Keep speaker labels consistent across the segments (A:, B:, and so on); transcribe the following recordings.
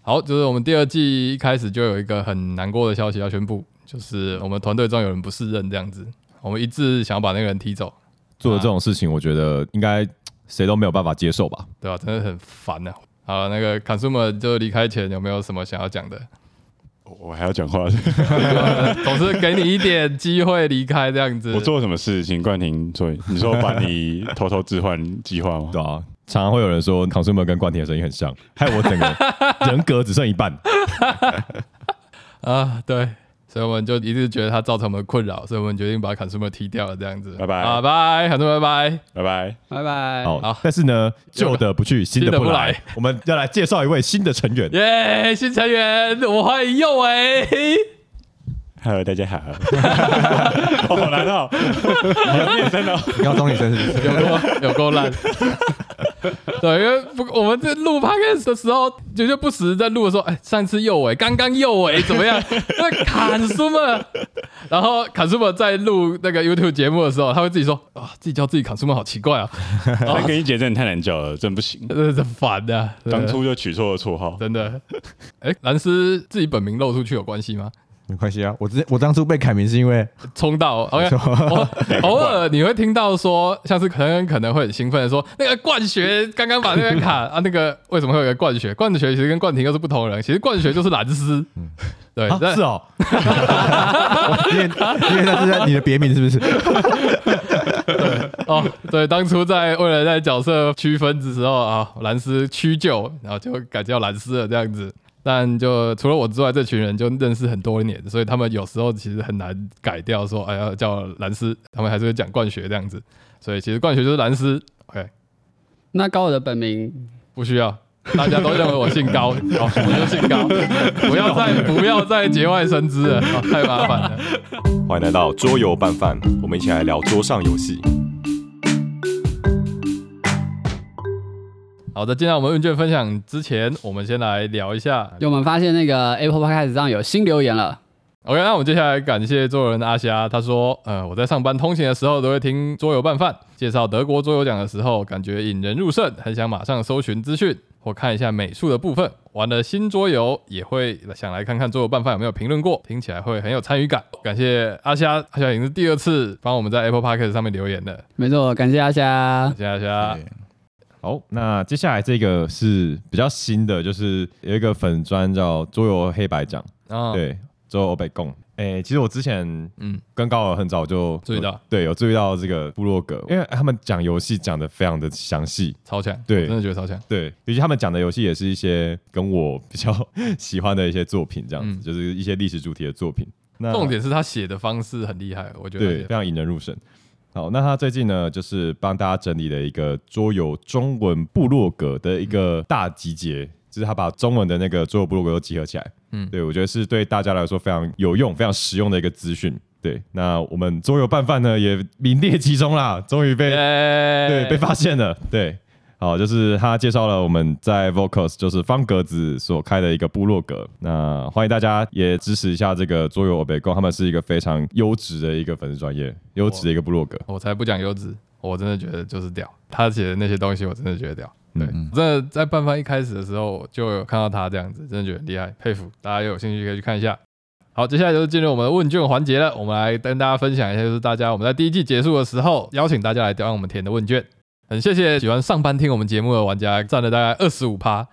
A: 好，就是我们第二季一开始就有一个很难过的消息要宣布，就是我们团队中有人不适任这样子，我们一致想要把那个人踢走，
B: 啊
C: 做了这种事情，我觉得应该谁都没有办法接受吧。
A: 对吧、真的很烦呐、好了，那个 consumer 就离开前有没有什么想要讲的？
D: 我我还要讲话，
A: 总是给你一点机会离开这样子。
D: 我做了什么事情？冠廷所以你说把你偷偷置换计划吗？
C: 对啊，常常会有人说 consumer 跟冠廷的声音很像，害我整 个人格只剩一半。
A: 啊，对，所以我们就一直觉得它造成我们的困扰，所以我们决定把 consumer 踢掉了这样子。
D: 拜拜
A: 啊，拜，consumer 拜拜。
D: 拜拜。
E: 拜拜。
C: 好
A: 好，
C: 但是呢，旧的不去，新的不
A: 新的
C: 来
A: 不。
C: 我们要来介绍一位新的成员，
A: 耶新成员，我欢迎佑维。
D: Hello，大家好。 哦好难哦， 你要变身哦。
B: 你 要装女生是不是？
A: 有够 有够 烂。对，因为不，我们这录 podcast 的时候，就就不时在录的时候，哎，上次右尾，刚刚右尾怎么样？那砍叔们，然后砍叔们在录那个 YouTube 节目的时候，他会自己说啊，自己叫自己砍叔们好奇 怪啊，
D: 那跟一姐真的太难叫了，真不行。
A: 真的是烦的、啊。真的
D: 当初就取错了绰号，
A: 真的，哎，蓝斯自己本名露出去有关系吗？
B: 没关系啊，我之我当初被改名是因为
A: 冲 到 OK，偶偶尔你会听到说，像是可能可能会很兴奋的说，那个冠学刚刚把那个 卡啊，那个为什么会有个冠学？冠学其实跟冠廷又是不同人，其实冠学就是蓝斯，对，
C: 啊
A: 但
C: 是 哦，
B: 因为因为那是你的别名是不是？
A: 哦，对，当初在为了在角色区分的时候啊，蓝斯屈就，然后就改叫蓝斯了这样子。但就除了我之外，这群人就认识很多年，所以他们有时候其实很难改掉说，哎呀叫蓝斯，他们还是会讲冠学这样子。所以其实冠学就是蓝斯，OK，
E: 那高尔的本名
A: 不需要，大家都认为我姓高，好，我就姓高，不要再不要再节外生枝了，好太麻烦了。
F: 欢迎来到桌游拌饭，我们一起来聊桌上游戏。
A: 好的，进到我们问卷分享之前，我们先来聊一下
E: 因为我们发现那个 Apple Podcast 上有新留言了，
A: OK，那我们接下来感谢桌游人的阿虾，他说，呃，我在上班通勤的时候都会听桌游拌饭介绍德国桌游奖的时候，感觉引人入胜，很想马上搜寻资讯或看一下美术的部分。玩了新桌游也会想来看看桌游拌饭有没有评论过，听起来会很有参与感。感谢阿虾，阿虾已经是第二次帮我们在 Apple Podcast 上面留言了，
E: 没错，感谢大家
A: 感。谢阿虾。
C: 好，那接下来这个是比较新的，就是有一个粉砖叫桌游黑白奖，
A: 啊，
C: 对，桌游北贡。诶、其实我之前
A: 嗯，
C: 跟高尔很早就
A: 注意到，
C: 对，有注意到这个部落格，因为他们讲游戏讲的非常的详细，
A: 超强，
C: 对
A: 我真的觉得超强。
C: 对，尤其他们讲的游戏也是一些跟我比较 喜欢的一些作品，这样子，
A: 嗯
C: 就是一些历史主题的作品。那
A: 重点是他写的方式很厉害，我觉得他
C: 对，
A: 写
C: 非
A: 的。
C: 常引人入胜。好，那他最近呢，就是帮大家整理了一个桌游中文部落格的一
A: 嗯
C: 个大集结，就是他把中文的那个桌游部落格都集合起来。
A: 嗯
C: 嗯，对我觉得是对大家来说非常有用、非常实用的一个资讯。对，那我们桌游拌饭呢也名列其中啦，终于被对，
E: 哎
A: 对
C: 被发现了。对，好，就是他介绍了我们在 Vocus，就是方格子所开的一个部落格。那欢迎大家也支持一下这个桌游 o b e g o 他们是一个非常优质的一个粉丝专业，优质的一个部落格。
A: 我才不讲优质，我真的觉得就是屌。他写的那些东西，我真的觉得屌。对，
C: 嗯
A: 真的在办饭一开始的时候，我就有看到他这样子，真的觉得很厉害，佩服。大家有兴趣可以去看一下。好，接下来就是进入我们的问卷环节了。我们来跟大家分享一下，就是大家我们在第一季结束的时候，邀请大家来让我们填的问卷。很谢谢喜欢上班听我们节目的玩家，占了大概二十五趴。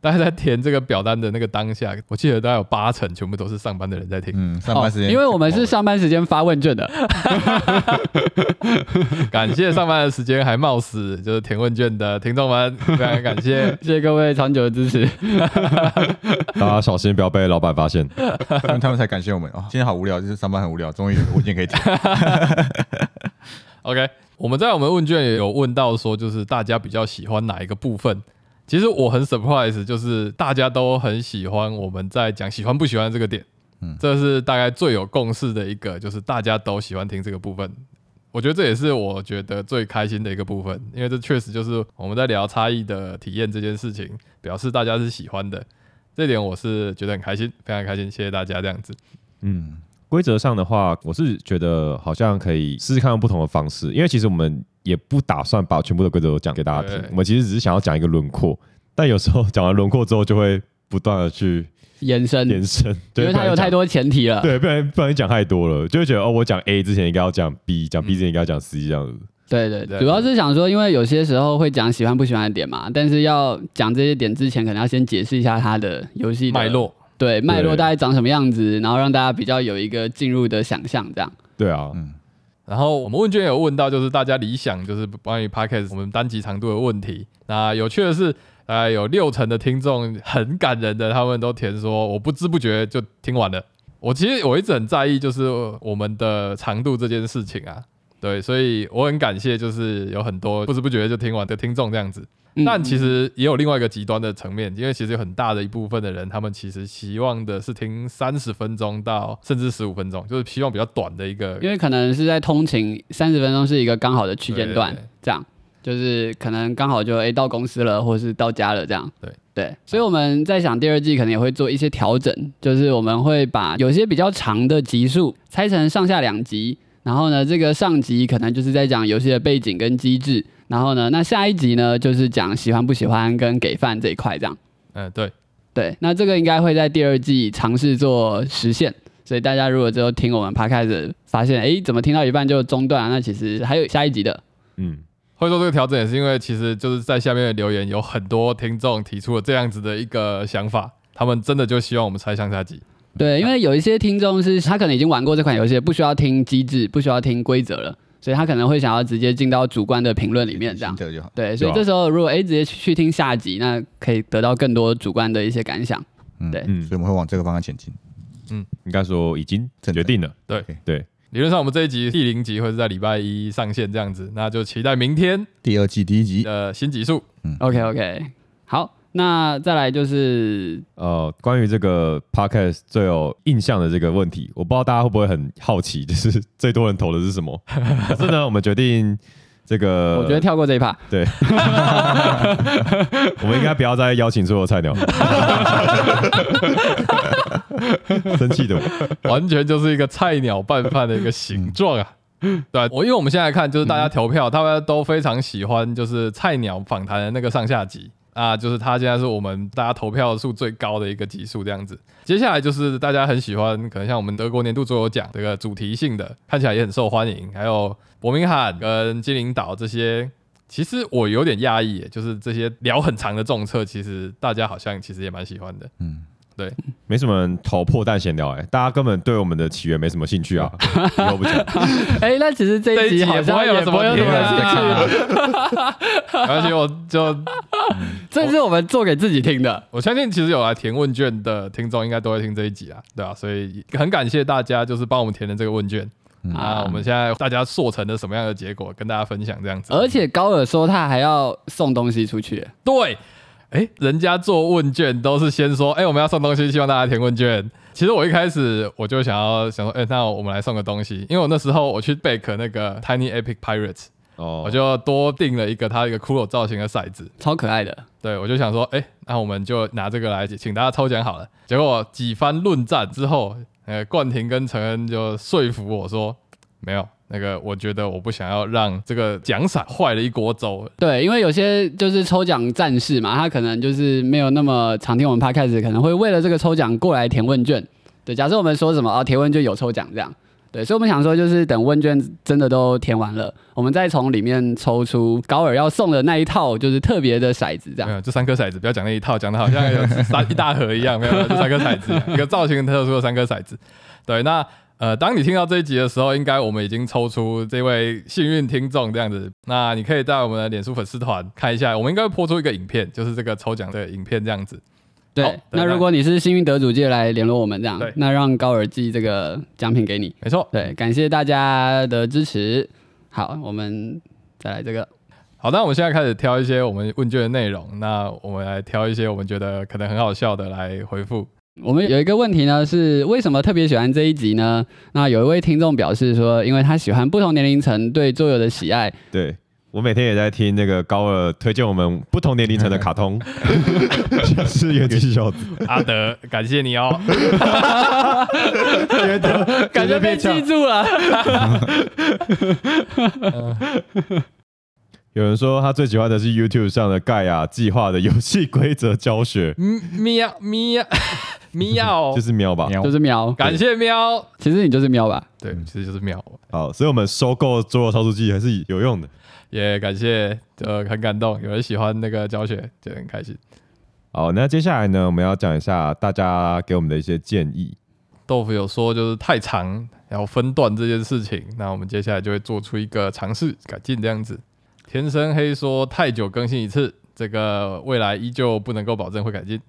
A: 大家在填这个表单的那个当下，我记得大概有八成全部都是上班的人在 听，
B: 嗯，上班时间、
E: 哦因为我们是上班时间发问卷的，
A: 感谢上班的时间还冒死就是填问卷的听众们，非常感谢。
E: 谢谢各位长久的支持。
C: 大家小心不要被老板发现。
B: 他们他们才感谢我们哦。今天好无聊，就是上班很无聊，终于有个文件可以填。
A: OK，我们在我们问卷也有问到说，就是大家比较喜欢哪一个部分？其实我很 surprise，就是大家都很喜欢我们在讲喜欢不喜欢这个点，嗯，这是大概最有共识的一个，就是大家都喜欢听这个部分。我觉得这也是我觉得最开心的一个部分，因为这确实就是我们在聊差异的体验这件事情，表示大家是喜欢的，这点我是觉得很开心，非常开心，谢谢大家这样子。
C: 嗯，规则上的话，我是觉得好像可以试试看用不同的方式，因为其实我们也不打算把全部的规则都讲给大家听
A: 对，
C: 我们其实只是想要讲一个轮廓，但有时候讲完轮廓之后就会。不断的去
E: 延伸，
C: 延伸，
E: 因
C: 对
E: 为它有太，多前提了
C: 不。然讲对，不然不然讲太多了，就会觉得哦，我讲 A 之前应该要讲 B，讲
E: 嗯
C: B 之前应该要讲 C 这样子。
E: 对对
A: 对
E: 主要是想说，因为有些时候会讲喜欢不喜欢的点嘛，但是要讲这些点之前，可能要先解释一下它的游戏的
A: 脉，络。
E: 对脉络
C: 对
E: 大概长什么样子，然后让大家比较有一个进入的想象，这样。
C: 对啊，
A: 然后我们问卷有问到，就是大家理想就是关于 podcast 我们单集长度的问题。那有趣的是，大概有六成的听众很感人的，他们都填说我不知不觉就听完了。我其实我一直很在意就是我们的长度这件事情啊，对，所以我很感谢就是有很多不知不觉就听完的听众这样子。
E: 嗯
A: 但其实也有另外一个极端的层面，因为其实有很大的一部分的人，他们其实希望的是听三十分钟到甚至十五分钟，就是希望比较短的一个
E: 因为可能是在通勤三十分钟是一个刚好的区间段
A: 对对，
E: 这样就是可能刚好就诶到公司了，或者是到家了这样。
A: 对
E: 对，所以我们在想第二季可能也会做一些调整，就是我们会把有些比较长的集数拆成上下两集，然后呢这个上集可能就是在讲游戏的背景跟机制，然后呢那下一集呢就是讲喜欢不喜欢跟给饭这一块这样。
A: 嗯，对，
E: 对，那这个应该会在第二季尝试做实现。所以大家如果之后听我们 podcast 发现，哎，怎么听到一半就中断了、啊那其实还有下一集的。
C: 嗯，
A: 会做这个调整也是因为，其实就是在下面的留言有很多听众提出了这样子的一个想法，他们真的就希望我们拆上下集。
E: 对，因为有一些听众是他可能已经玩过这款游戏，不需要听机制，不需要听规则了，所以他可能会想要直接进到主观的评论 里面这样
B: 心。得就好。
E: 对，所以这时候如果哎直接去去听下集，那可以得到更多主观的一些感想。对
C: 嗯
B: 所以我们会往这个方向前进。
C: 应该说已经
B: 正在
C: 决定了。
A: 对
C: 对，
A: 理论上，我们这一集第零集会是在礼拜一上线这样子，那就期待明天
B: 第二季第一集，
A: 的新集数。
E: OK OK，好，那再来就是
C: 呃，关于这个 podcast 最有印象的这个问题，我不知道大家会不会很好奇，就是 最多人投的是什 么？可是呢，我们决定这个，
A: 呃
E: 我觉得跳过这一趴。
C: 对，我们应该不要再邀请所有菜鸟， 生气的 我，
A: 完全就是一个菜鸟拌饭的一个形状啊。对啊，我因为我们现在看，就是大家投票，大家都非常喜欢，就是菜鸟访谈的那个上下集啊，就是它现在是我们大家投票数最高的一个集数这样子。接下来就是大家很喜欢，可能像我们德国年度桌游奖这个主题性的，看起来也很受欢迎，还有伯明翰跟金陵岛这些。其实我有点讶异耶，就是这些聊很长的重测，其实大家好像其实也蛮喜欢的。
C: 没什么人投破蛋闲聊，哎，大家根本对我们的起源没什么兴趣啊， 以后不讲。
E: 哎、那其实这
A: 这
E: 一
A: 一集
E: 集
A: 也
E: 好
A: 不
E: 像
A: 会有
E: 也
A: 什
E: 不
A: 么
E: 会有什
A: 听
E: 么
A: 啊
E: 兴趣，
A: 而且我就
E: 这是我们做给自己 听的。
A: 我相信其实有来填问卷的听众应该都会听这一集啊，对啊，所以很感谢大家就是帮我们填的这个问卷
E: 嗯
A: 啊，我们现在大家做成了什么样的结果跟大家分享这样子，
E: 而且高尔说他还要送东西出去，
A: 对。哎，人家做问卷都是先说，哎，我们要送东西，希望大家填问卷。其实我一开始我就想要想说，哎，那我们来送个东西，因为我那时候我去 bake 那个 Tiny Epic Pirates，
C: 哦，
A: 我就多订了一个它一个骷髅造型的骰子，
E: 超可爱的。
A: 对，我就想说，哎、那我们就拿这个来请大家抽奖好了。结果几番论战之后，呃，冠廷跟陈恩就说服我说，没有，那个我觉得我不想要让这个奖伞坏了一锅粥。
E: 对，因为有些就是抽奖战士嘛，他可能就是没有那么常听我们 p 开始，可能会为了这个抽奖过来填问卷。对，假设我们说什么啊，填问卷有抽奖这样。对，所以我们想说，就是等问卷真的都填完了，我们再从里面抽出高尔要送的那一套，就是特别的骰子这样
A: 没。有，这三颗骰子，不要讲那一套，讲的好像有三一大盒一样，没有，没有就三颗骰子，一个造型很特殊的三颗骰子。对，那呃，当你听到这一集的时候，应该我们已经抽出这位幸运听众这样子。那你可以在我们的脸书粉丝团看一下，我们应该会播出一个影片，就是这个抽奖的影片这样子。好
E: 对
A: 对，
E: 那如果你是幸运得主，记得来联络我们这样
A: 对。
E: 那让高尔寄这个奖品给你。
A: 没错，
E: 对，感谢大家的支持。好，我们再来这个。
A: 好，那我们现在开始挑一些我们问卷的内容。那我们来挑一些我们觉得可能很好笑的来回复。
E: 我们有一个问题呢，是为什么特别喜欢这一集呢？那有一位听众表示说，因为他喜欢不同年龄层对桌游的喜爱。
C: 对我每天也在听那个高尔推荐我们不同年龄层的卡 通，像是元气小子，
A: 阿德，感谢你 哦。
C: 觉得
E: 感觉被记住了，
C: 有人说他最喜欢的是 YouTube 上的盖亚计划的游戏规则教学，
A: 嗯喵喵 喵，
C: 就是喵吧。
B: 喵
E: 啊就是哦喵。
A: 感谢喵，
E: 其实你就是喵吧？
A: 对，其实就是喵，
C: 好，所以我们收购桌游操作机还是有用的。
A: 也感谢，呃，很感动，有人喜欢那个教学，就很开心。
C: 好，那接下来呢，我们要讲一下大家给我们的一些建议。
A: 豆腐有说就是太长，然后分段这件事情，那我们接下来就会做出一个尝试改进这样子。田生黑说太久更新一次，这个未来依旧不能够保证会改进。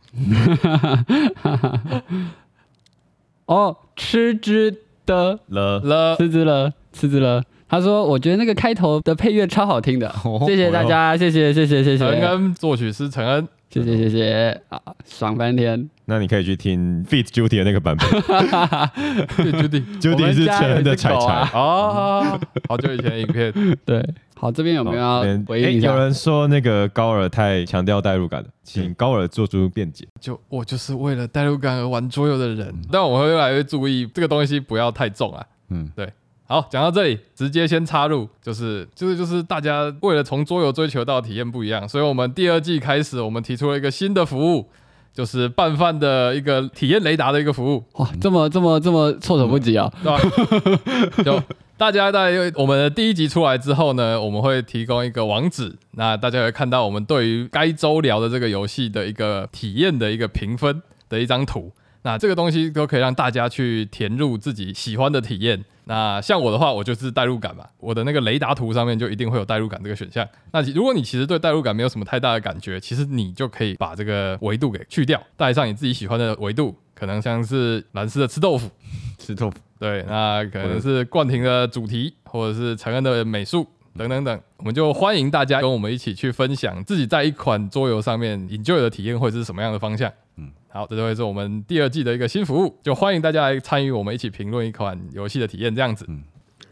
E: 哦，吃之的
C: 了，
A: 了，
E: 吃之了，吃之了。哦他说：“我觉得那个开头的配乐超好听的，谢谢大家，谢谢谢谢谢
A: 陈
E: 谢，
A: 恩作曲师陈恩，
E: 谢谢谢谢啊，爽翻天！
C: 那你可以去听 Fit Judy 的那个版 本
A: 对 Judy，
E: 我
C: ，Judy
E: 们
C: 是
E: 家
C: 前
E: 有一
C: 恩的
E: 只
C: 柴
E: 狗啊
C: 柴。
A: 啊，好久以前的影片，
E: 对，好，这边有
C: 好
E: 没有要
C: 嗯
E: 回应
C: 诶
E: 一
C: 有
E: 下？
C: 人说那个高尔太强调代入感了，请高尔做出辩解。
A: 就我就是为了代入感而玩桌游的人，但我会越来越注意这个东西不要太重啊。
D: 嗯，
A: 对。好，讲到这里，直接先插入，就是就是就是大家为了从桌游追求到体验不一样，所以我们第二季开始，我们提出了一个新的服务，就是拌饭的一个体验雷达的一个服务，
E: 哇，这么这么这么措手不及啊！
A: 对吧？就大家在我们的第一集出来之后呢，我们会提供一个网址，那大家会看到我们对于该周聊的这个游戏的一个体验的一个评分的一张图。那这个东西都可以让大家去填入自己喜欢的体验。那像我的话，我就是代入感嘛，我的那个雷达图上面就一定会有代入感这个选项。那其如果你其实对代入感没有什么太大的感觉，其实你就可以把这个维度给去掉，带上你自己喜欢的维度，可能像是蓝斯的吃豆腐，
B: 吃豆腐，
A: 对，那可能嗯是嗯冠廷的主题，或者是陈恩的美术等等等，我们就欢迎大家跟我们一起去分享自己在一款桌游上面 enjoy 的体验会是什么样的方向。嗯，好，这就会是我们第二季的一个新服务，就欢迎大家来参与我们一起评论一款游戏的体验，这样子。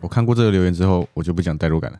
B: 我看过这个留言之后，我就不讲代入感了，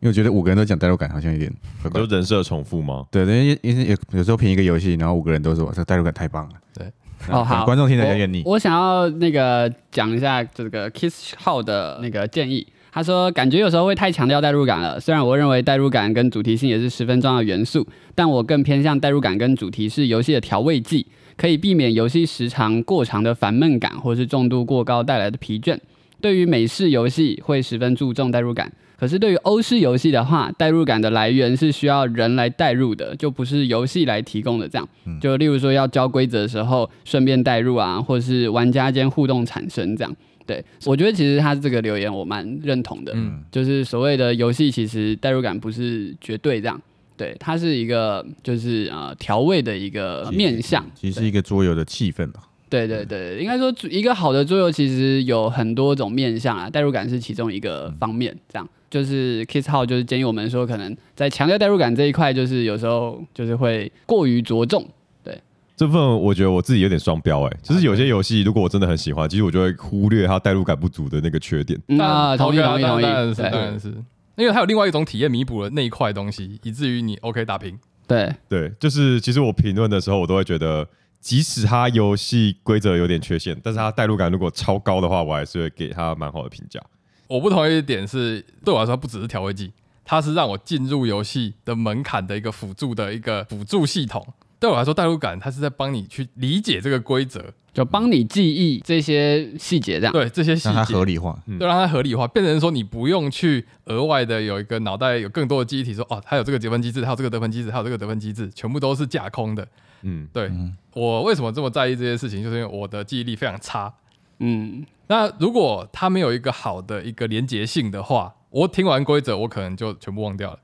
B: 因为我觉得五个人都讲代入感好像有点怪怪
C: 有
B: 的。
C: 人设重复吗？
B: 对，因为因为有有时候评一个游戏，然后五个人都说哇这代入感太棒了，
E: 哦，
B: 啊可能
E: 好，
B: 观众听得有
E: 我
B: 点腻。
E: 我想要那个讲一下这个 Kiss 号的那个建议。他说，感觉有时候会太强调代入感了。虽然我认为代入感跟主题性也是十分重要的元素，但我更偏向代入感跟主题是游戏的调味剂，可以避免游戏时长过长的烦闷感，或是重度过高带来的疲倦。对于美式游戏会十分注重代入感，可是对于欧式游戏的话，代入感的来源是需要人来代入的，就不是游戏来提供的这样。
B: 嗯
E: 就例如说要教规则的时候，顺便带入啊，或是玩家间互动产生这样。对，我觉得其实他这个留言我蛮认同的，
A: 嗯
E: 就是所谓的游戏其实代入感不是绝对这样，对，它是一个就是呃调味的一个面向。
B: 其实是一个桌游的气氛吧。
E: 对对对，应该说一个好的桌游其实有很多种面向啊，代入感是其中一个
A: 嗯
E: 方面。这样就是 Kiss 号就是建议我们说，可能在强调代入感这一块，就是有时候就是会过于着重。
C: 这部分我觉得我自己有点双标哎、
A: 啊
C: 就是有些游戏如果我真的很喜欢，其实我就会忽略它代入感不足的那个缺点。
E: 嗯啊，
A: 但
E: 同意
A: OK 啊
E: 同意同意
A: 当然，是
E: 对
A: 当然是，因为它有另外一种体验弥补了那一块东西，以至于你 OK 打平。
E: 对，
C: 对，就是其实我评论的时候，我都会觉得，即使它游戏规则有点缺陷，但是它代入感如果超高的话，我还是会给它蛮好的评价。
A: 我不同意的点是，对我来说，它不只是调味剂，它是让我进入游戏的门槛的一个辅助的一个辅助系统。对我来说，代入感它是在帮你去理解这个规则，
E: 就帮你记忆这些细节，这嗯样。
A: 对这些细
B: 让它
A: 节
B: 合，理化，
A: 对让它合理化，变成说你不用去额外的有一个脑袋有更多的记忆体说哦，它有这个得分机制，它有这个得分机制，它有这个得分机制，全部都是架空的。
C: 嗯，
A: 对、我为什么这么在意这些事情，就是因为我的记忆力非常差。
E: 嗯，
A: 那如果它没有一个好的一个连结性的话，我听完规则，我可能就全部忘掉了。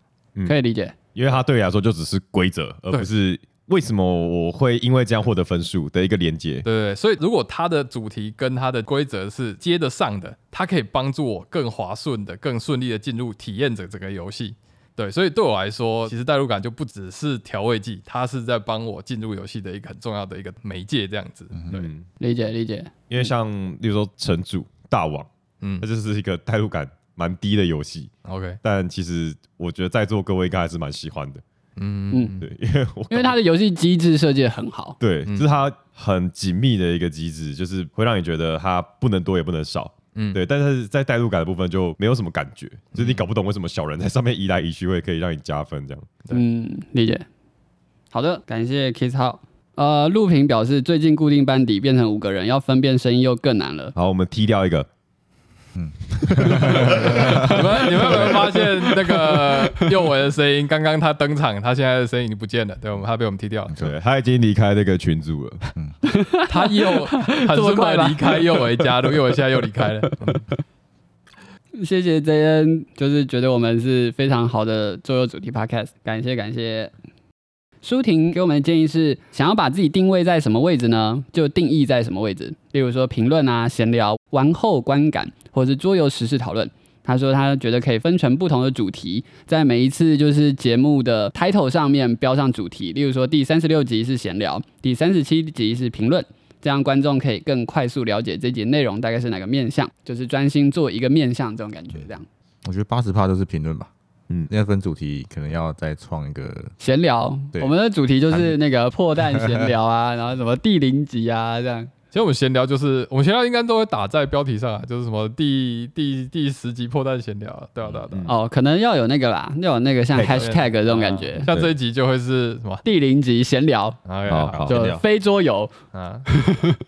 E: 可以理解。
C: 因为它对你来说就只是规则，而不是为什么我会因为这样获得分数的一个连接。
A: 对对，所以如果它的主题跟它的规则是接得上的，它可以帮助我更滑顺的、更顺利的进入体验者整个游戏。对，所以对我来说，其实代入感就不只是调味剂，它是在帮我进入游戏的一个很重要的一个媒介，这样子。对，
C: 嗯，
E: 理解理解，
C: 因为像例如说城主、大王，
A: 嗯
C: 它就是一个代入感蛮低的游戏，
A: ，OK，
C: 但其实我觉得在座各位应该还是蛮喜欢的。
E: 嗯，
C: 对，因为我
E: 因为它的游戏机制设计的很好，
C: 嗯对，就是它很紧密的一个机制，就是会让你觉得它不能多也不能少，
A: 嗯
C: 对，但是在代入感的部分就没有什么感觉，就是你搞不懂为什么小人在上面移来移去会可以让你加分这样。
E: 嗯，理解。好的，感谢 Kiss How。呃，陆平表示，最近固定班底变成五个人，要分辨声音又更难了。
C: 好，我们踢掉一个，
A: 你们你们有没有发现那个右文的声音？刚刚他登场，他现在的声音已经不见了，对我们他被我们踢掉了。
C: 对他已经离开这个群组了。
A: 他又很
E: 这么
A: 顺
E: 快吗
A: 的离 开右维加入，右维现在又离开了。
E: 谢谢 JN，就是觉得我们是非常好的桌游主题 Podcast，感谢感谢。舒婷给我们的建议是，想要把自己定位在什么位置呢？就定义在什么位置，例如说评论啊、闲聊、玩后观感，或者是桌游时事讨论。他说他觉得可以分成不同的主题，在每一次就是节目的 title 上面标上主题，例如说第三十六集是闲聊，第三十七集是评论，这样观众可以更快速了解这集内容大概是哪个面向，就是专心做一个面向这种感觉，这样
B: 我觉得八十趴都是评论吧。
C: 嗯
B: 嗯，要分主题，可能要再创一个
E: 闲聊。
B: 对
E: 我们的主题就是那个破蛋闲聊 啊，然后什么第零集啊这样。
A: 其实我们闲聊就是，我们闲聊应该都会打在标题上啊，就是什么第第第十集破蛋闲聊啊，对啊对啊对
C: 嗯
A: 啊。
E: 哦，可能要有那个啦，要有那个像啊 hashtag 这种感觉。
A: 像这一集就会是什么？
E: 第零集闲哦聊，嗯
A: 哎
C: 好
A: 呀，
C: 好，
E: 就非桌游，
A: 啊，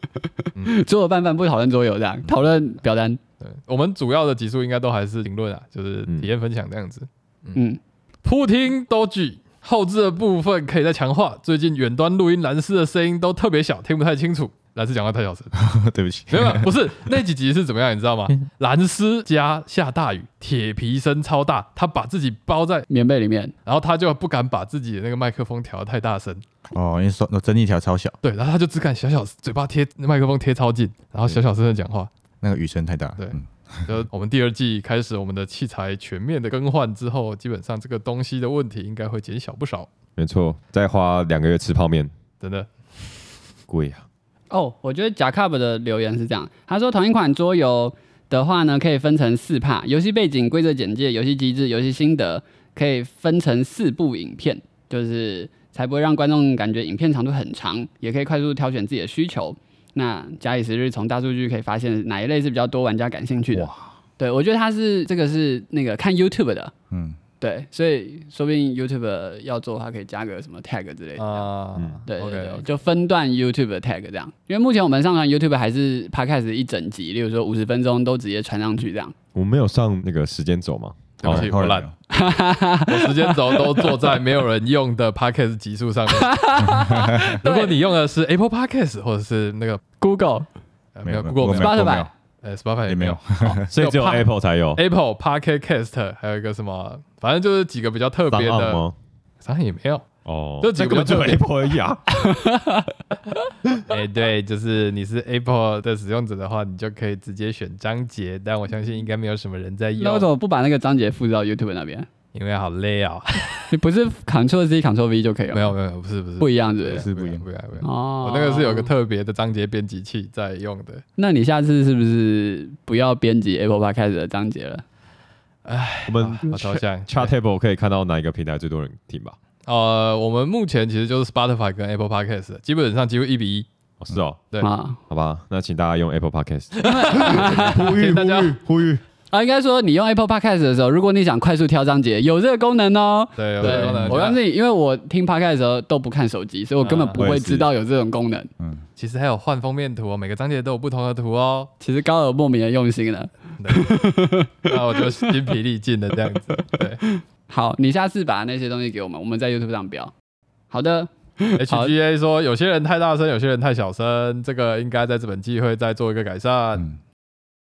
E: 桌游拌饭不讨论桌游，这样讨论表单。
A: 对，我们主要的集数应该都还是评论啊，就是体验分享这样子。
E: 嗯，
A: 铺听都举，后置的部分可以再强化。最近远端录音蓝斯的声音都特别小，听不太清楚。蓝斯讲话太 小声，
B: 对不起，
A: 没有，没有不是那几集是怎么样，你知道吗？
C: 嗯
A: 蓝斯家下大雨，铁皮声超大，他把自己包在，
E: 棉被里面，
A: 然后他就不敢把自己的那个麦克风调得太大声，
B: 哦，因为说整体条超小，
A: 对，然后他就只敢小小嘴巴贴麦克风贴超近，然后小小声的讲话。
B: 那个雨声太大。
A: 对
B: 嗯
A: 就我们第二季开始，我们的器材全面的更换之后，基本上这个东西的问题应该会减小不少，
C: 没错，再花两个月吃泡面
A: 真的。
C: 贵啊。
E: 哦，我觉得贾 Cup 的留言是这样，他说同一款桌游的话呢，可以分成四帕：游戏背景、规则简介、游戏机制、游戏心得，可以分成四部影片，就是才不会让观众感觉影片长度很长，也可以快速挑选自己的需求。那假以时日，从大数据可以发现哪一类是比较多玩家感兴趣的。对，我觉得他是这个是那个看 YouTube 的，
B: 嗯，
E: 对，所以说不定 YouTube 要做，他可以加个什么 tag 之类的。
A: 啊，
E: 哎对对
A: OK，
E: 对
A: OK
E: 就分段 YouTube 的 tag 这样，因为目前我们上传 YouTube 还是 Podcast 一整集，例如说五十分钟都直接传上去这样。
C: 我们没有上那个时间轴 嘛？
A: 对不起，
B: 后
A: 我
B: 来
A: 懒，我时间轴都坐在没有人用的 Podcast 级数上面。 如果你用的是 Apple Podcast 或者是那个
E: Google
A: 呃没
B: 没有
A: 有
B: 没有
A: Google 没有，
B: Google 没
E: Spotify
B: 有
A: 呃 Spotify
B: 也
A: 也没
B: 没有
A: 有，
C: 所以只有哎
A: 有
C: Apple 才有。
A: Apple Podcast Cast 还有一个什么，反正就是几个比较特别
C: 档案
A: 的，
C: 吗？
A: 好像也没有。
C: 哦，
A: 这几个
C: 那根本就
A: 特别
C: Apple 而已 啊。
A: 哎，对，就是你是 Apple 的使用者的话，你就可以直接选章节，但我相信应该没有什么人在
E: 那为什
A: 用，
E: 么不把那个章节复制到 YouTube 那边？
A: 因为好累哦。
E: 你不是 Ctrl C Ctrl V 就可以了？
A: 没有没有，不是不是
E: 不一样，是不是？
B: 是不一样
A: 不一样不一样。
E: 哦
A: 我那个是有个，特别的章节编辑器在用的，
E: 那你下次是不是不要编辑 Apple Podcast 的章节了？
C: 我们
E: 嗯
A: 我超像
C: Chat Table 可以看到哪一个平台最多人听吧？
A: 呃，我们目前其实就是 Spotify 跟 Apple Podcast，基本上几乎一比一。
C: 哦，是哦，
A: 对
E: 啊
C: 好吧，那请大家用 Apple Podcast。
A: 呼吁大家，
C: 呼吁
E: 啊，应该说你用 Apple Podcast 的时候，如果你想快速挑章节，有这个功能哦。
A: 对，
E: 对
A: 有可能，
E: 我告诉你，因为我听 Podcast 的时候都不看手机，所以我根本
A: 啊
E: 不
C: 我也
E: 会
C: 是
E: 知道有这种功能。
B: 嗯
A: 其实还有换封面图哦，每个章节都有不同的图哦。
E: 其实高尔莫名的用心了。
A: 那我就筋疲力尽的这样子。对
E: 好，你下次把那些东西给我们，我们在 YouTube 上标。好的， 好
A: ，HGA 说有些人太大声，有些人太小声，这个应该在这本季会再做一个改善。
B: 嗯，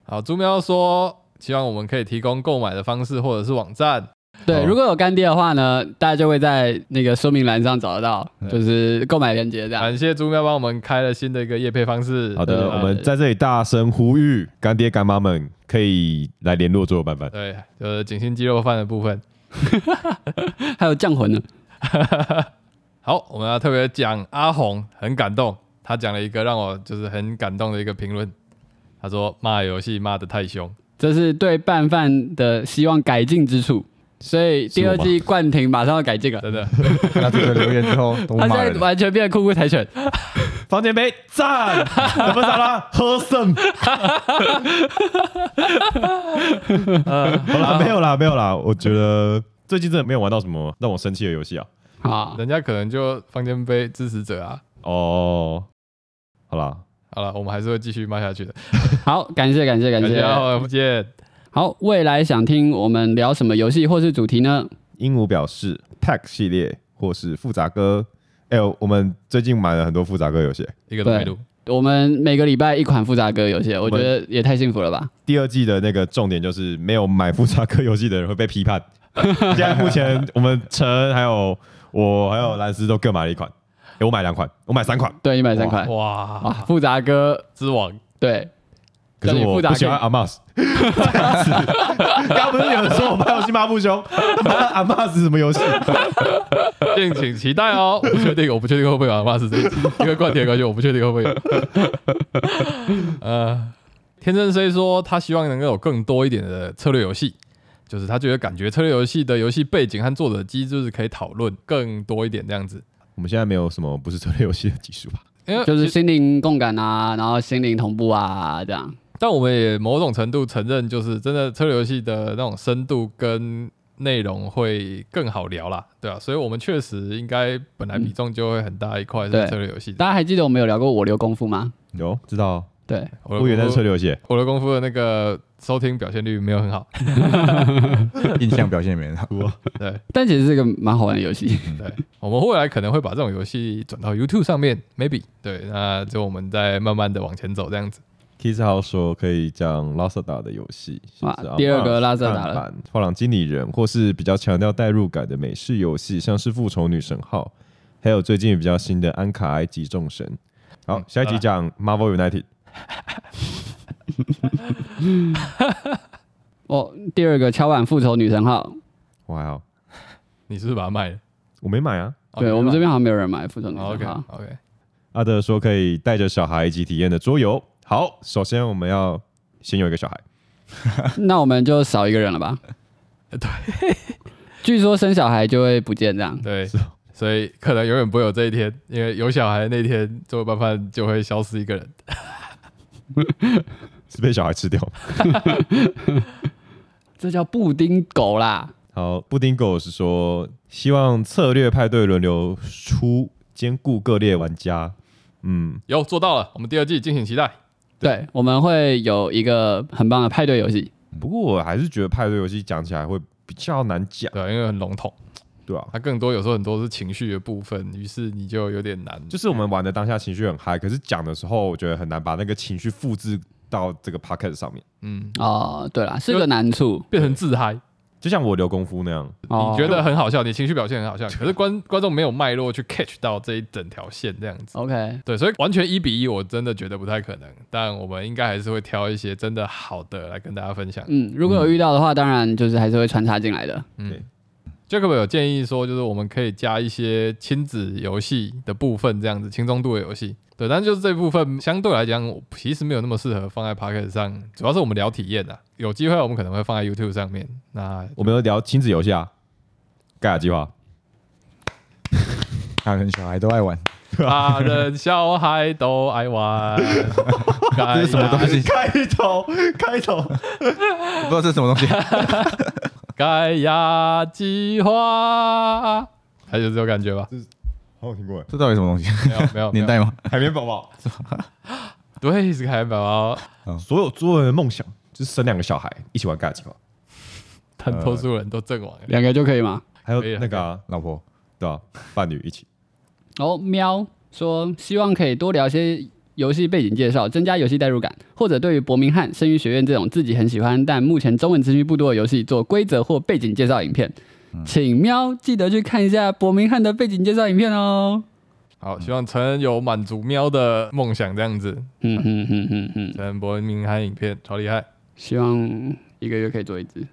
A: 好，猪喵说希望我们可以提供购买的方式或者是网站。
E: 对，
C: 好
E: 如果有干爹的话呢，大家就会在那个说明栏上找得到，就是购买链接这样。
A: 感谢猪喵帮我们开了新的一个业配方式。
C: 好
E: 对
C: 的，
B: 呃
E: 啊
C: 我们在这里大声呼吁干爹干妈们可以来联络桌游拌 饭。
A: 对，就是景心鸡肉饭的部分。
E: 还有降魂呢，
A: 好，我们要特别讲阿红，很感动，他讲了一个让我就是很感动的一个评论。他说骂游戏骂得太凶，
E: 这是对拌饭的希望改进之处。所以第二季冠 廷马上要改进了，
A: 真的，
B: 看到这个留言之后，都
E: 他
B: 骂
E: 现
B: 人
E: 在
B: 了。
E: 完全变酷酷柴犬。
C: 房间杯 赞，怎么咋啦？喝 剩。好啦，没有啦，没有啦。我觉得最近真的没有玩到什么让我生气的游戏啊。
E: 好，
A: 人家可能就方尖碑支持者啊。
C: 哦，好啦，
A: 好了，我们还是会继续骂下去的。
E: 好，感谢感谢感
A: 感
E: 谢
A: 谢，。啊好，不见。
E: 好，未来想听我们聊什么游戏或是主题呢？
C: 鹦鹉表示 Pack 系列或是复杂歌。哎、呦，我们最近买了很多复杂歌游戏，
A: 一个都没录，
E: 我们每个礼拜一款复杂歌游戏，我觉得也太幸福了吧！
C: 第二季的那个重点就是没有买复杂科游戏的人会被批判。 现在目前我们陈还有我还有兰斯都各买了一款，哎诶我买两款，我买三款，
E: 对，一百三块，哇，
A: 哇，
E: 复杂歌，
A: 之王，
E: 对，
C: 可是
E: 叫你
C: 我
E: 复杂
C: 不喜欢阿 m a s 刚刚不是有人说我玩游戏骂不凶，阿 m a s 什么游戏？
A: 敬请期待哦。 我不确定，我不确定会不会有阿妈是这一集，因为冠铁的关系，我不确定会不会有。 呃，天真 C 说他希望能够有更多一点的策略游戏，就是他觉得感觉策略游戏的游戏背景和作者机制是可以讨论更多一点这样子。
C: 我们现在没有什么不是策略游戏的技术吧？
A: 因 为
E: 就是
A: 其实，
E: 心灵共感啊，然后心灵同步啊，这样。
A: 但我们也某种程度承认，就是真的策略游戏的那种深度跟内容会更好聊啦，对啊吧、所以我们确实应该本来比重就会很大一块是
E: 对
A: 策略游戏的。
E: 大家还记得我们有聊过我留功夫吗？
C: 有知道，
E: 对，
A: 我的
C: 我以为那
A: 功
C: 是
A: 夫
C: 策略游戏。
A: 我的功夫的那个收听表现率没有很好，
B: 印象表现也没人好。
A: 对
E: 但其实是一个蛮好玩的游戏。
A: 对，我们未来可能会把这种游戏转到 YouTube 上面，maybe 对，那就我们再慢慢的往前走这样子。
C: Kiss 号说可以讲拉萨达的游戏，
E: 哇
C: 像是
E: 第二个
C: Among Us
E: 拉萨达了
C: 看板，画廊经理人，或是比较强调代入感的美式游戏，像是复仇女神号，还有最近比较新的安卡埃及众神。好，
E: 嗯
C: 下一集讲 Marvel United，
E: 哦，第二个敲碗复仇女神号，
C: 哇哦，
A: 你是不是把它卖了？
C: 我没买啊。
A: 哦
E: 对
A: 你
E: 我们这
A: 卖
E: 边好像没有人啊买复仇女
A: 了。OK 哦
E: 神号。
A: OK，
C: 阿德说可以带着小孩一起体验的桌游。好，首先我们要先有一个小孩，
E: 那我们就少一个人了吧？
A: 对，
E: 据说生小孩就会不见这样。
A: 对，所以可能永远不会有这一天，因为有小孩的那天，做拌饭就会消失一个人。
C: 是被小孩吃掉。
E: 这叫布丁狗啦。
C: 好，布丁狗是说希望策略派对轮流出，兼顾各类玩家。嗯，
A: 有做到了，我们第二季敬请期待。
E: 对，我们会有一个很棒的派对游戏。
C: 不过我还是觉得派对游戏讲起来会比较难讲，
A: 对，因为很笼统，
C: 对啊，
A: 它更多有时候很多是情绪的部分，于是你就有点难。
C: 就是我们玩的当下情绪很嗨，可是讲的时候，我觉得很难把那个情绪复制到这个 p o c k e t 上面。
A: 嗯，
E: 哦，对啦，是个难处。
A: 变成自嗨。
C: 就像我留功夫那样，
E: 哦
A: 你觉得很好笑，你情绪表现很好笑，可是观观众没有脉络去 catch 到这一整条线这样子。
E: OK？
A: 对，所以完全一比一，我真的觉得不太可能。但我们应该还是会挑一些真的好的来跟大家分享。
E: 嗯，如果有遇到的话，当然就是还是会穿插进来的。
A: Jacob 有建议说，就是我们可以加一些亲子游戏的部分，这样子轻中度的游戏。对，但是就是这部分相对来讲，我其实没有那么适合放在 p o c k e t 上，主要是我们聊体验啊。有机会我们可能会放在 YouTube 上面。 那
C: 我们有聊亲子游戏啊，盖亚计划，
B: 大人小孩都爱玩，
A: 大人小孩都爱玩，这
B: 这是什么东西？
C: 开头开头，
B: 我不知道这是什么东西。
A: 盖亚计划，还有这种感觉吧？
C: 好哦有听过耶，
B: 这到底什么东西？
A: 没有没有没有
B: 年代吗？
C: 海绵宝宝，
A: 对，是海绵宝
B: 呃
A: 宝，
C: 所有所有人的梦想就是生两个小孩一起玩盖亚计划，
A: 但多数人都阵亡。
E: 两个就可以吗？
C: 还有
A: 可以啊
C: 那个啊，
B: 老婆，
C: 对啊，伴侣一起。
E: 哦，喵说希望可以多聊些游戏背景介绍，增加游戏代入感，或者对于伯明翰、生于学院这种自己很喜欢但目前中文资讯不多的游戏做规则或背景介绍影片。请喵记得去看一下伯明翰的背景介绍影片哦。
A: 好，希望陈有满足喵的梦想，这样子。
E: 嗯嗯嗯嗯嗯，
A: 陈伯明翰影片超厉害，
E: 希望一个月可以做一支。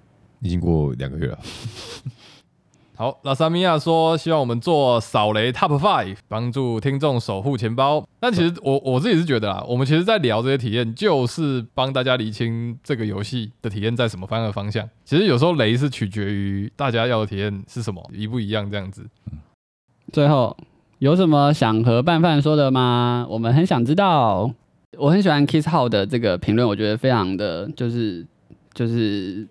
C: 已经过两个月了，
A: 好，拉萨米亚说希望我们做扫雷 Top Five，帮助听众守护钱包。但其实我我自己是觉得啊啦，我们其实在聊这些体验，就是帮大家厘清这个游戏的体验在什么方向的方向。其实有时候雷是取决于大家要的体验是什么，一不一样这样子。
E: 最后，有什么想和拌饭说的吗？我们很想知道。我很喜欢 Kiss How 的这个评论，我觉得非常的就是就是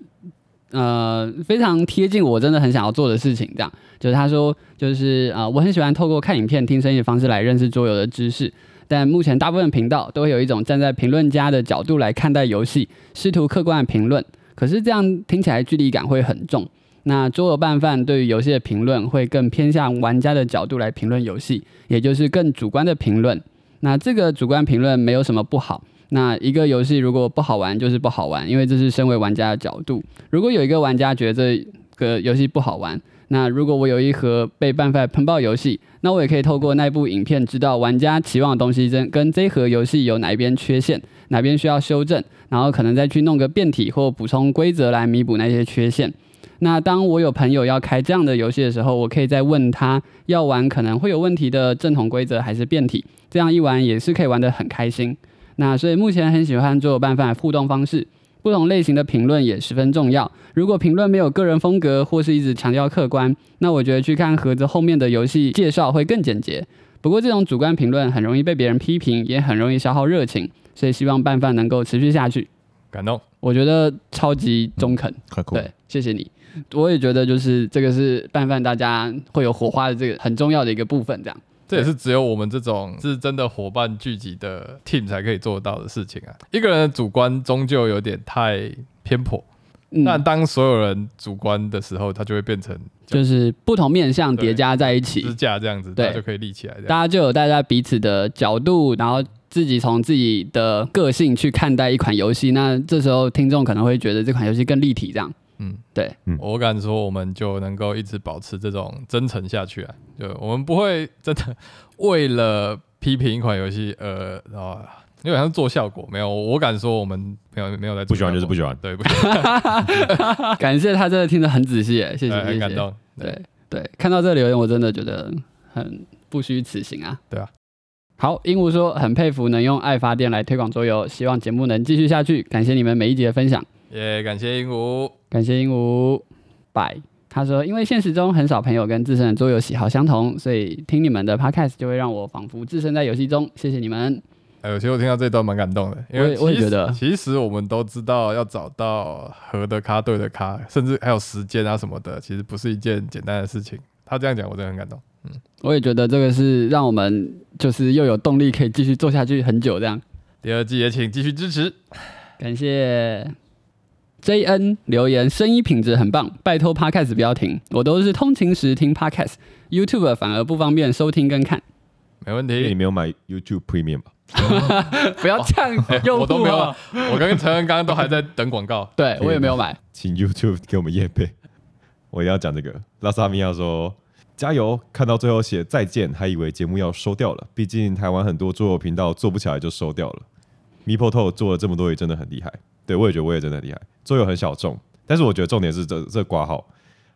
E: 呃非常贴近我真的很想要做的事情。这样就是他说就是啊、呃我很喜欢透过看影片、听声音的方式来认识桌游的知识。但目前大部分频道都会有一种站在评论家的角度来看待游戏，试图客观的评论。可是这样听起来距离感会很重。那桌游拌饭对于游戏的评论会更偏向玩家的角度来评论游戏，也就是更主观的评论。那这个主观评论没有什么不好。那一个游戏如果不好玩，就是不好玩，因为这是身为玩家的角度。如果有一个玩家觉得这个游戏不好玩，那如果我有一盒被拌饭喷爆游戏，那我也可以透过那部影片知道玩家期望的东西跟跟这一盒游戏有哪一边缺陷，哪边需要修正，然后可能再去弄个变体或补充规则来弥补那些缺陷。那当我有朋友要开这样的游戏的时候，我可以再问他要玩可能会有问题的正统规则还是变体，这样一玩也是可以玩得很开心。那所以目前很喜欢桌游拌饭的互动方式，不同类型的评论也十分重要。如果评论没有个人风格或是一直强调客观，那我觉得去看盒子后面的游戏介绍会更简洁。不过这种主观评论很容易被别人批评，也很容易消耗热情，所以希望拌饭能够持续下去。
A: 感动。
E: 我觉得超级中肯。
B: 快哭！
E: 对，谢谢你。我也觉得就是这个是拌饭大家会有火花的这个很重要的一个部分，这样。
A: 这也是只有我们这种是真的伙伴聚集的 team 才可以做到的事情啊！一个人的主观终究有点太偏颇，
E: 嗯
A: 但当所有人主观的时候，它就会变成
E: 就是不同面向
A: 对
E: 叠加在一
A: 支
E: 起，
A: 架这样子，
E: 对
A: 它就可以立起来这
E: 大
A: 样。
E: 家就有大家彼此的角度，然后自己从自己的个性去看待一款游戏。那这时候听众可能会觉得这款游戏更立体，这样。
A: 嗯，
E: 对，
A: 我敢说，我们就能够一直保持这种真诚下去啊！就我们不会真的为了批评一款游戏，呃，然后有点像是做效果，没有，我敢说我们没有没有在
C: 不
A: 做
C: 喜欢就是不
A: 效
C: 喜欢
A: 果，。对，不喜 欢，
E: 感谢他真的听得很仔细耶，谢谢，
A: 哎
E: 谢
A: 很
E: 谢。
A: 感动，对
E: 对对，看到这留言，我真的觉得很不虚此行啊。
A: 对啊。
E: 好，鹦鹉说很佩服能用爱发电来推广桌游，希望节目能继续下去。感谢你们每一集的分享，
A: 也感谢鹦鹉，
E: 感谢鹦鹉。拜，他说因为现实中很少朋友跟自身的桌游喜好相同，所以听你们的 podcast 就会让我仿佛置身在游戏中。谢谢你们。
A: 哎，其实我听到这一段蛮感动的，因
E: 我
A: 为
E: 也我也
A: 其实
E: 觉得
A: 其实我们都知道要找到合的咖、对的咖，甚至还有时间啊什么的，其实不是一件简单的事情。他这样讲，我真的很感动。
E: 我也觉得这个是让我们就是又有动力可以继续做下去很久这样。
A: 第二季也请继续支持，
E: 感谢 J N 留言，声音品质很棒，拜托 Podcast 不要停，我都是通勤时听 Podcast，YouTube 反而不方便收听跟 看，
A: 没问
C: 因为你
A: 题。
C: 没有买 YouTube Premium 吧？
E: 不要这样用户、
A: 我
E: 啊。
A: 都没有，我跟陈恩刚刚都还在等广告
E: 对我也没 有买，
C: 请 YouTube 给我们业配。 我一定要讲这个。拉萨米亚说：“加油！”看到最后写再见，还以为节目要收掉了。毕竟台湾很多桌游频道做不起来就收掉了。Mipo Toe 做了这么多也真的很厉害，对我也觉得我也真的很厉害。桌游很小众，但是我觉得重点是这这挂号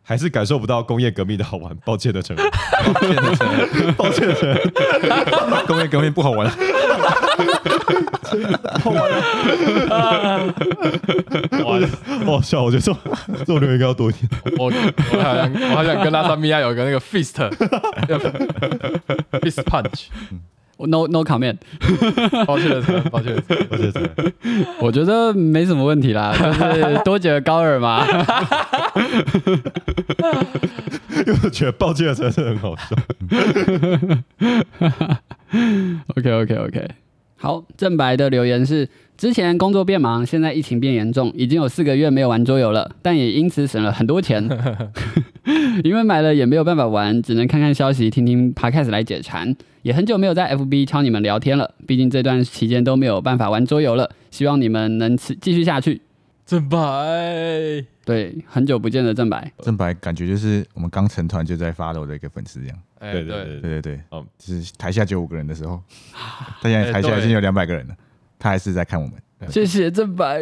C: 还是感受不到工业革命的好玩。抱歉的承 认，抱歉的承认，
B: 工业革命不好玩，
A: 哇，
C: 好笑。我觉得这种这种留言应该要多一点。
A: 我我好想我好想跟拉萨米亚有个那个 fist fist punch。
E: 我 no no comment，
A: 抱歉了，陈恩抱歉了。陈恩
C: 抱歉的承认，
E: 我觉得没什么问题啦，就是多几个高尔嘛，
C: 因 为我觉得抱歉的承认真的很好笑。
E: OK OK OK，好，正白的留言是：之前工作变忙，现在疫情变严重，已经有四个月没有玩桌游了，但也因此省了很多钱，因为买了也没有办法玩，只能看看消息，听听 podcast 来解馋。也很久没有在 FB 敲你们聊天了，毕竟这段期间都没有办法玩桌游了，希望你们能持继续下去。
A: 正白，
E: 对，很久不见的 正白，
B: 正白感觉就是我们刚成团就在发抖的一个粉丝这样。
A: 哎
C: 对对对
B: 对对对，
C: 嗯
B: 就是台下只有五个人的时候，他现在
A: 哦哎
B: 台下
A: 对
B: 已经有两百个人了，他还是在看我们。
E: 谢谢正白。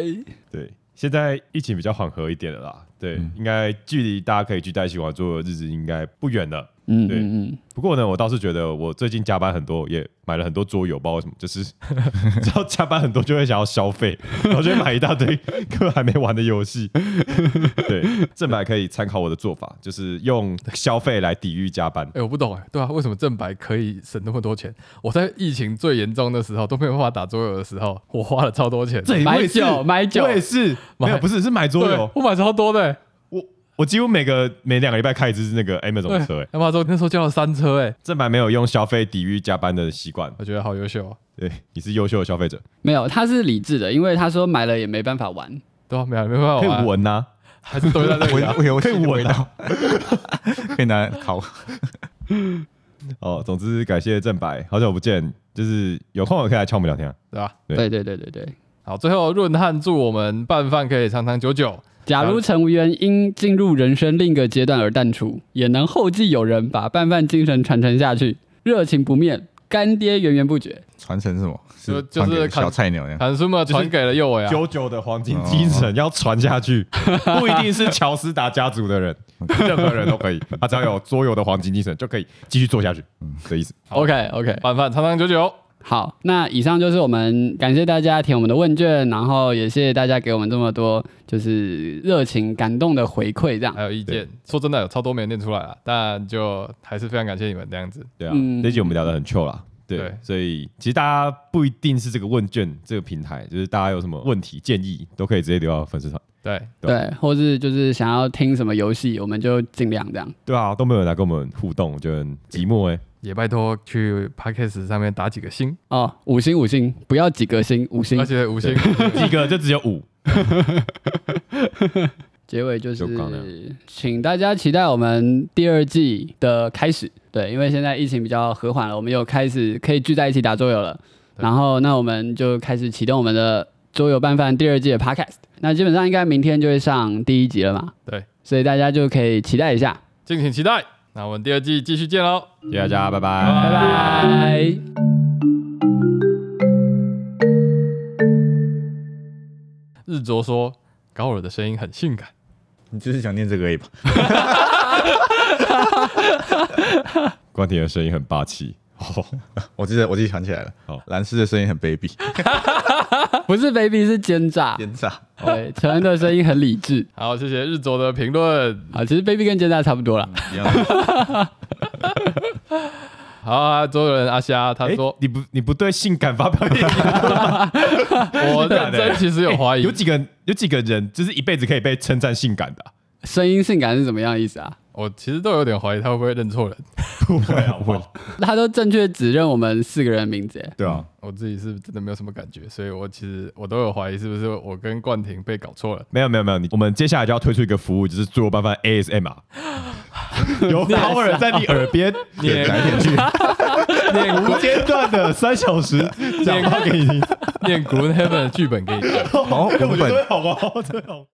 C: 对，现在疫情比较缓和一点了啦。对，
B: 嗯
C: 应该距离大家可以聚在一起玩桌游的日子应该不远了。
E: 嗯
C: 对
E: 嗯嗯，
C: 不过呢，我倒是觉得我最近加班很多，也买了很多桌游，不知道为什么，就是 只要加班很多就会想要消 费，然后就会买一大堆根本还没玩的游戏。对，正白可以参考我的做法，就是用消费来抵御加班。
A: 哎、我不懂哎、对啊，为什么正白可以省那么多钱？我在疫情最严重的时候都没有办法打桌游的时候，我花了超多钱，
C: 这
E: 买
C: 我也是
E: 酒买酒
C: 我也是，
A: 买
C: 没有不是是买桌
A: 对
C: 游，，
A: 我买超多的、欸，
C: 我我几乎每个每两个礼拜开一支那个 Amazon 车、
A: 对哎
C: 欸，，
A: 他妈说那时候叫了三车哎、
C: 正白没有用消费抵御加班的习惯，
A: 我觉得好优秀啊，
C: 对，你是优秀的消费者，
E: 没有，他是理智的，因为他说买了也没办法玩。
A: 对啊，没有没办
C: 可
A: 法玩
C: 以，闻呐、啊。
A: 还是堆在那
B: 我
A: 里、啊。
B: 我有可以闻到， 可以拿来烤。
C: 哦，总之感谢正白，好久不见，就是有空也可以来敲我们聊天、啊。
A: 对吧？
C: 对
E: 对对对对对。
A: 好，最后润汉祝我们拌饭可以长长久久。
E: 假如陈无缘因进入人生另一个阶段而淡出，也能后继有人把拌饭精神传承下去，热情不灭，干爹源源不绝。
B: 传承是什么？
A: 就是
B: 传给
A: 就是看
B: 小菜鸟那样。
A: 韩叔嘛传给了右伟啊，哦
C: 九九的黄金精神要传下去，不一定是乔斯达家族 的人，
A: 嗯
C: 任何人都可以，他只要有桌游的黄金精神就可以继续做下去
A: 嗯
C: 的意思。
E: OK OK，
A: 拌饭长长久久。
E: 好，那以上就是我们感谢大家填我们的问卷，然后也谢谢大家给我们这么多就是热情感动的回馈，这样
A: 还。有意见，说真的有超多没有念出来啊，但就还是非常感谢你们这样子。
C: 对啊，
E: 嗯
C: 这一集我们聊得很 chill 啦。对
A: 对，
C: 所以其实大家不一定是这个问卷这个平台，就是大家有什么问题建议，都可以直接留到粉丝团。
A: 对，
E: 对，或是就是想要听什么游戏，我们就尽量这样。
C: 对啊，都没有人来跟我们互动，我觉得很寂寞哎、
A: 也拜托去 podcast 上面打几个星，
E: 哦，五星五星，不要几个星，五星
A: 而。且五星。
C: 几个就只有五，
E: 结尾就
C: 就刚那
E: 是，请大家期待我们第二季的开始。对，因为现在疫情比较和缓了，我们又开始可以聚在一起打桌游了。
A: 对
E: 然后，那我们就开始启动我们的桌游拌饭第二季的 podcast。那基本上应该明天就会上第一集了嘛，
A: 对，
E: 所以大家就可以期待一下。
A: 敬请期待。那我们第二季继续见喽。
C: 谢谢大家，拜拜
A: 拜
E: 拜拜。
A: 日卓说高尔的声音很性感，
B: 你就是想念这个而已吧？
C: 关婷的声音很霸气哦，
B: 我记得，我记得想起来了。
C: 好
B: 蓝斯的声音很卑鄙，
E: 不是 baby 是奸诈，
B: 奸诈。
E: 对，陈恩的声音很理智
A: 好，谢谢日卓的评论。
E: 啊，其实 baby 跟奸诈差不多啦。
B: 嗯一样 的
A: 好、啊，周人阿虾他
C: 哎
A: 说、
C: 你不你不对性感发 表意见，
A: 我认哎真其实有怀疑，
C: 有几个有几个人就是一辈子可以被称赞性感的啊、
E: 声音性感是怎么样的意思啊？
A: 我其实都有点怀疑他会不会认错人。
C: 不会啊，不会，
E: 他都正确指认我们四个人的名字耶，
C: 对啊，
A: 我自己是真的没有什么感觉，所以我其实我都有怀疑是不是我跟冠廷被搞错了。
C: 没有没有没有，你我们接下来就要推出一个服务，就是做办法 ASMR，有高尔在你耳边
A: 念
B: 来 天去，
A: 念
C: 无间断的三小时 讲话给你听，
A: 念 Green Heaven 的剧本给你看。
B: 好，
C: 我
B: 文
C: 觉
B: 本
C: 得好啊，真的好。